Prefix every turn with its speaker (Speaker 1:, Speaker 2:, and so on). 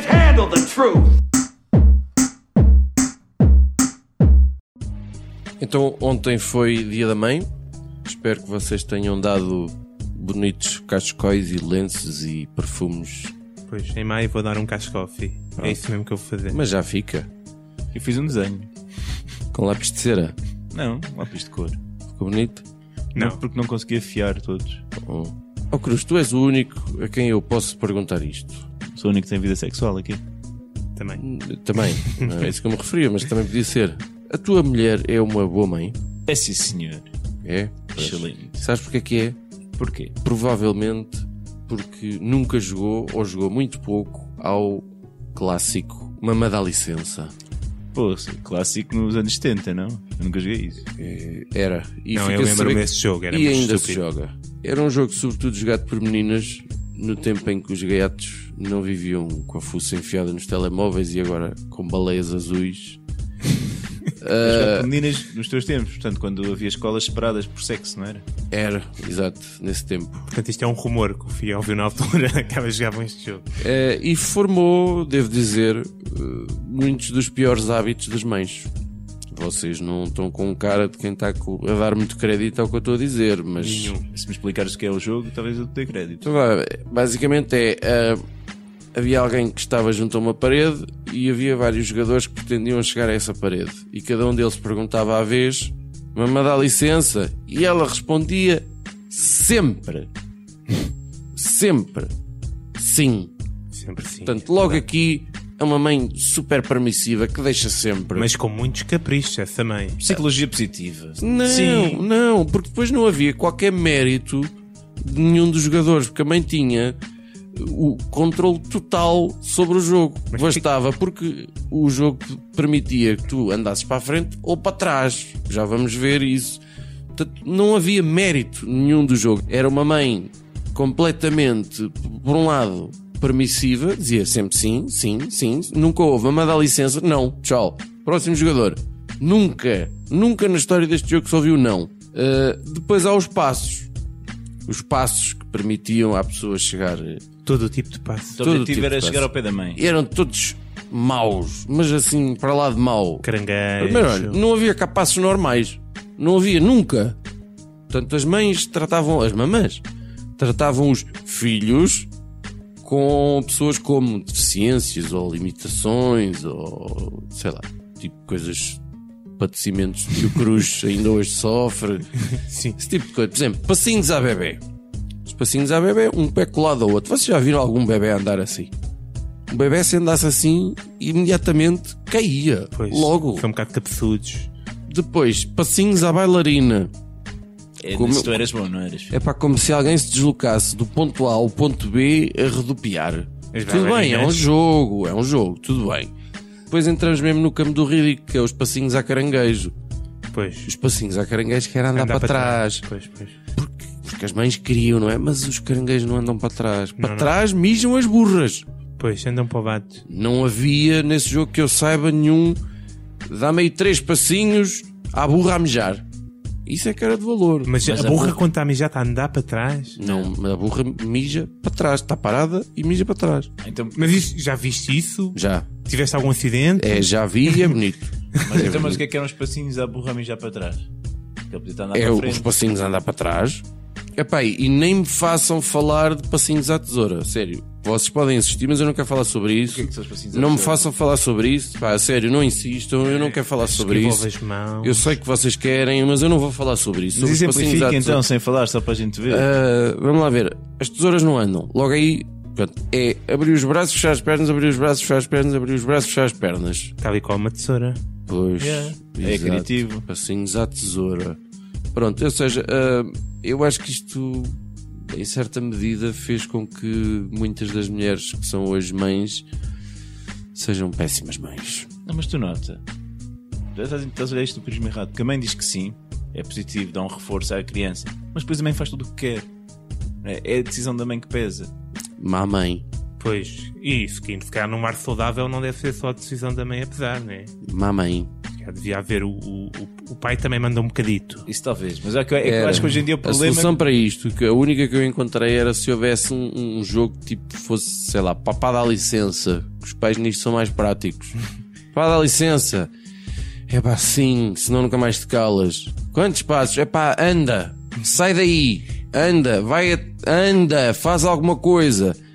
Speaker 1: the truth.
Speaker 2: Então, ontem foi dia da mãe. Espero que vocês tenham dado bonitos cascóis e lenços e perfumes.
Speaker 3: Pois, em maio vou dar um cash coffee. É isso mesmo que eu vou fazer.
Speaker 2: Mas já fica.
Speaker 4: Eu fiz um desenho.
Speaker 2: Com lápis de cera.
Speaker 4: Não, um lápis de cor.
Speaker 2: Ficou bonito?
Speaker 3: Não.
Speaker 4: Não, porque não conseguia fiar todos.
Speaker 2: Oh. Oh, Cruz, tu és o único a quem eu posso perguntar isto.
Speaker 4: Sou o único que tem vida sexual aqui.
Speaker 3: Também.
Speaker 2: Hum, Também, não é isso que eu me referia, mas também podia ser. A tua mulher é uma boa mãe?
Speaker 4: É sim, senhor.
Speaker 2: É? Pois.
Speaker 4: Excelente.
Speaker 2: Sabes porque é que é?
Speaker 4: Porquê?
Speaker 2: Provavelmente porque nunca jogou ou jogou muito pouco ao clássico Mamada Licença.
Speaker 4: Pô, clássico nos anos 70, não? Eu nunca joguei isso.
Speaker 2: Eh, Era. E
Speaker 3: Não,
Speaker 2: fica
Speaker 3: eu
Speaker 2: a
Speaker 3: lembro-me
Speaker 2: saber
Speaker 3: desse jogo, era
Speaker 2: E
Speaker 3: muito
Speaker 2: ainda se
Speaker 3: estúpido.
Speaker 2: joga. Era um jogo sobretudo jogado por meninas no tempo em que os gaiatos não viviam com a fuça enfiada nos telemóveis e agora com baleias azuis. Ah.
Speaker 4: Jogava com meninas nos teus tempos, portanto, quando havia escolas separadas por sexo, não era?
Speaker 2: Era, exato, nesse tempo.
Speaker 3: Portanto, isto é um rumor que o Fia ouviu na altura que um elas jogavam este jogo.
Speaker 2: Eh, e formou, devo dizer, eh, muitos dos piores hábitos das mães. Vocês não estão com cara de quem está co- a dar muito crédito ao que eu estou a dizer, mas.
Speaker 4: Se me explicares o que é o jogo, talvez eu te dê crédito.
Speaker 2: Então vá, Basicamente é. ah, havia alguém que estava junto a uma parede e havia vários jogadores que pretendiam chegar a essa parede. E cada um deles perguntava à vez: Mamã, dá licença? E ela respondia: Sempre. Sempre. Sim.
Speaker 3: Sempre assim. sim.
Speaker 2: Portanto, logo aqui é uma mãe super permissiva que deixa sempre.
Speaker 3: Mas com muitos caprichos, essa mãe.
Speaker 4: Psicologia positiva.
Speaker 2: Não,
Speaker 4: Sim.
Speaker 2: não, porque depois não havia qualquer mérito de nenhum dos jogadores, porque a mãe tinha o controle total sobre o jogo. Bastava porque o jogo permitia que tu andasses para a frente ou para trás. Já vamos ver isso. Portanto, não havia mérito nenhum do jogo. Era uma mãe completamente, por um lado, permissiva, dizia sempre sim, sim, sim. Nunca houve, mas dá licença, não, tchau. Próximo jogador. Nunca, nunca na história deste jogo se ouviu não. Ah, depois há os passos. Os passos que permitiam à pessoa chegar. eh,
Speaker 3: Todo o tipo de passo.
Speaker 4: O
Speaker 2: Todo
Speaker 4: objetivo
Speaker 2: tipo
Speaker 4: era
Speaker 2: de
Speaker 4: chegar
Speaker 2: passo.
Speaker 4: ao pé da mãe.
Speaker 2: Eram todos maus, mas assim, para lá de mau.
Speaker 3: Caranguejo.
Speaker 2: Primeiro, olha, não havia cá passos normais. Não havia nunca. Portanto, as mães tratavam, as mamãs, tratavam os filhos com pessoas como deficiências ou limitações ou sei lá, tipo coisas, padecimentos que o Cruz ainda hoje sofre.
Speaker 3: Sim.
Speaker 2: Esse tipo de coisa. Por exemplo, passinhos à bebê. Os passinhos à bebê, um pé colado ao outro. Vocês já viram algum bebê andar assim? O bebê, se andasse assim, imediatamente caía.
Speaker 3: Pois,
Speaker 2: Logo.
Speaker 3: São um bocado cabeçudos.
Speaker 2: Depois, passinhos à bailarina.
Speaker 4: É,
Speaker 2: Como-
Speaker 4: Se tu eras bom, não eras?
Speaker 2: É para como se alguém se deslocasse do ponto A ao ponto B a redupiar.
Speaker 3: As
Speaker 2: tudo bem, é
Speaker 3: bailarinas.
Speaker 2: um jogo, é um jogo, tudo bem. Depois entramos mesmo no campo do ridículo, que é os passinhos a caranguejo.
Speaker 3: Pois.
Speaker 2: Os passinhos a caranguejo que era andar,
Speaker 3: Andar
Speaker 2: para, trás.
Speaker 3: Pois, pois.
Speaker 2: Porque as mães queriam, não é? Mas os caranguejos não andam para trás. Para trás mijam as burras.
Speaker 3: Pois, andam para o bate.
Speaker 2: Não havia nesse jogo que eu saiba nenhum. Dá-me aí três passinhos à burra a mijar. Isso é que era de valor.
Speaker 3: Mas,
Speaker 4: Mas
Speaker 3: a
Speaker 4: a
Speaker 3: burra,
Speaker 4: burra-
Speaker 3: quando está a mijar, está a andar para trás.
Speaker 2: Não,
Speaker 4: É.
Speaker 2: mas a burra mija para trás, está parada e mija para trás.
Speaker 4: Então,
Speaker 3: Mas isso- já viste isso?
Speaker 2: Já.
Speaker 3: Tiveste algum acidente?
Speaker 2: É, já vi e é bonito.
Speaker 4: mas, então, mas o que é que eram os passinhos à burra a mijar para trás? Que ele podia estar a andar
Speaker 2: É
Speaker 4: para a
Speaker 2: os
Speaker 4: frente.
Speaker 2: passinhos a andar para trás. Epá, e nem me façam falar de passinhos à tesoura. Sério. Vocês podem insistir, mas eu não quero falar sobre isso.
Speaker 4: que é que são os passinhos à
Speaker 2: não me
Speaker 4: tesoura?
Speaker 2: façam falar sobre isso. Pá, sério, não insistam. Eu não quero falar sobre
Speaker 3: Envolve
Speaker 2: isso.
Speaker 3: as mãos.
Speaker 2: Eu sei que vocês querem, mas eu não vou falar sobre isso. Sobre os passinhos à
Speaker 4: Exemplifica
Speaker 2: tesoura.
Speaker 4: então, sem falar, só para a gente ver.
Speaker 2: Ah, vamos lá ver. As tesouras não andam. Logo aí, portanto, é abrir os braços, fechar as pernas, abrir os braços, fechar as pernas, abrir os braços, fechar as pernas.
Speaker 3: Tal e qual uma tesoura.
Speaker 2: Pois.
Speaker 4: Yeah. É
Speaker 2: exato.
Speaker 4: criativo.
Speaker 2: Passinhos à tesoura. Pronto, ou seja, ah, eu acho que isto, em certa medida, fez com que muitas das mulheres que são hoje mães sejam péssimas mães.
Speaker 4: Não, mas tu nota. Tu estás, estás a olhar isto do prisma errado. Porque a mãe diz que sim, é positivo, dá um reforço à criança. Mas depois a mãe faz tudo o que quer. É é a decisão da mãe que pesa.
Speaker 2: Má mãe.
Speaker 3: Pois, e isso, que ficar num ar saudável não deve ser só a decisão da mãe a pesar, não é?
Speaker 2: Má mãe.
Speaker 3: calhar devia haver o, o, o pai também manda um bocadito.
Speaker 4: Isso talvez, mas é que, é que eu
Speaker 2: Era.
Speaker 4: acho que hoje em dia o
Speaker 2: A
Speaker 4: problema.
Speaker 2: solução para isto, que a única que eu encontrei era se houvesse um, um jogo que tipo fosse, sei lá, papá dá licença. Os pais nisto são mais práticos. papá dá licença. É pá, sim, senão nunca mais te calas. Quantos passos? É pá, anda, sai daí, anda, vai, a- anda, faz alguma coisa.